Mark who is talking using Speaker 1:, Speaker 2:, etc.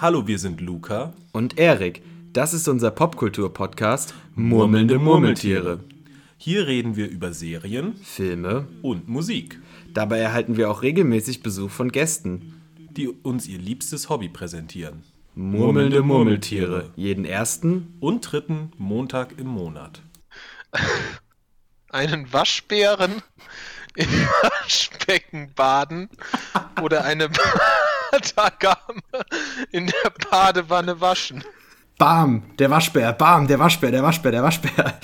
Speaker 1: Hallo, wir sind Luca.
Speaker 2: Und Erik, das ist unser Popkultur-Podcast Murmelnde Murmeltiere.
Speaker 1: Hier reden wir über Serien
Speaker 2: Filme.
Speaker 1: und Musik,
Speaker 2: Dabei erhalten wir auch regelmäßig Besuch von Gästen.
Speaker 1: die uns ihr liebstes Hobby präsentieren.
Speaker 2: Murmelnde Murmeltiere. Jeden ersten?
Speaker 1: Und dritten Montag im Monat.
Speaker 3: einen Waschbären im Waschbecken baden oder eine Badagame in der Badewanne waschen.
Speaker 2: Bam, der Waschbär, bam, der Waschbär, der Waschbär, der Waschbär.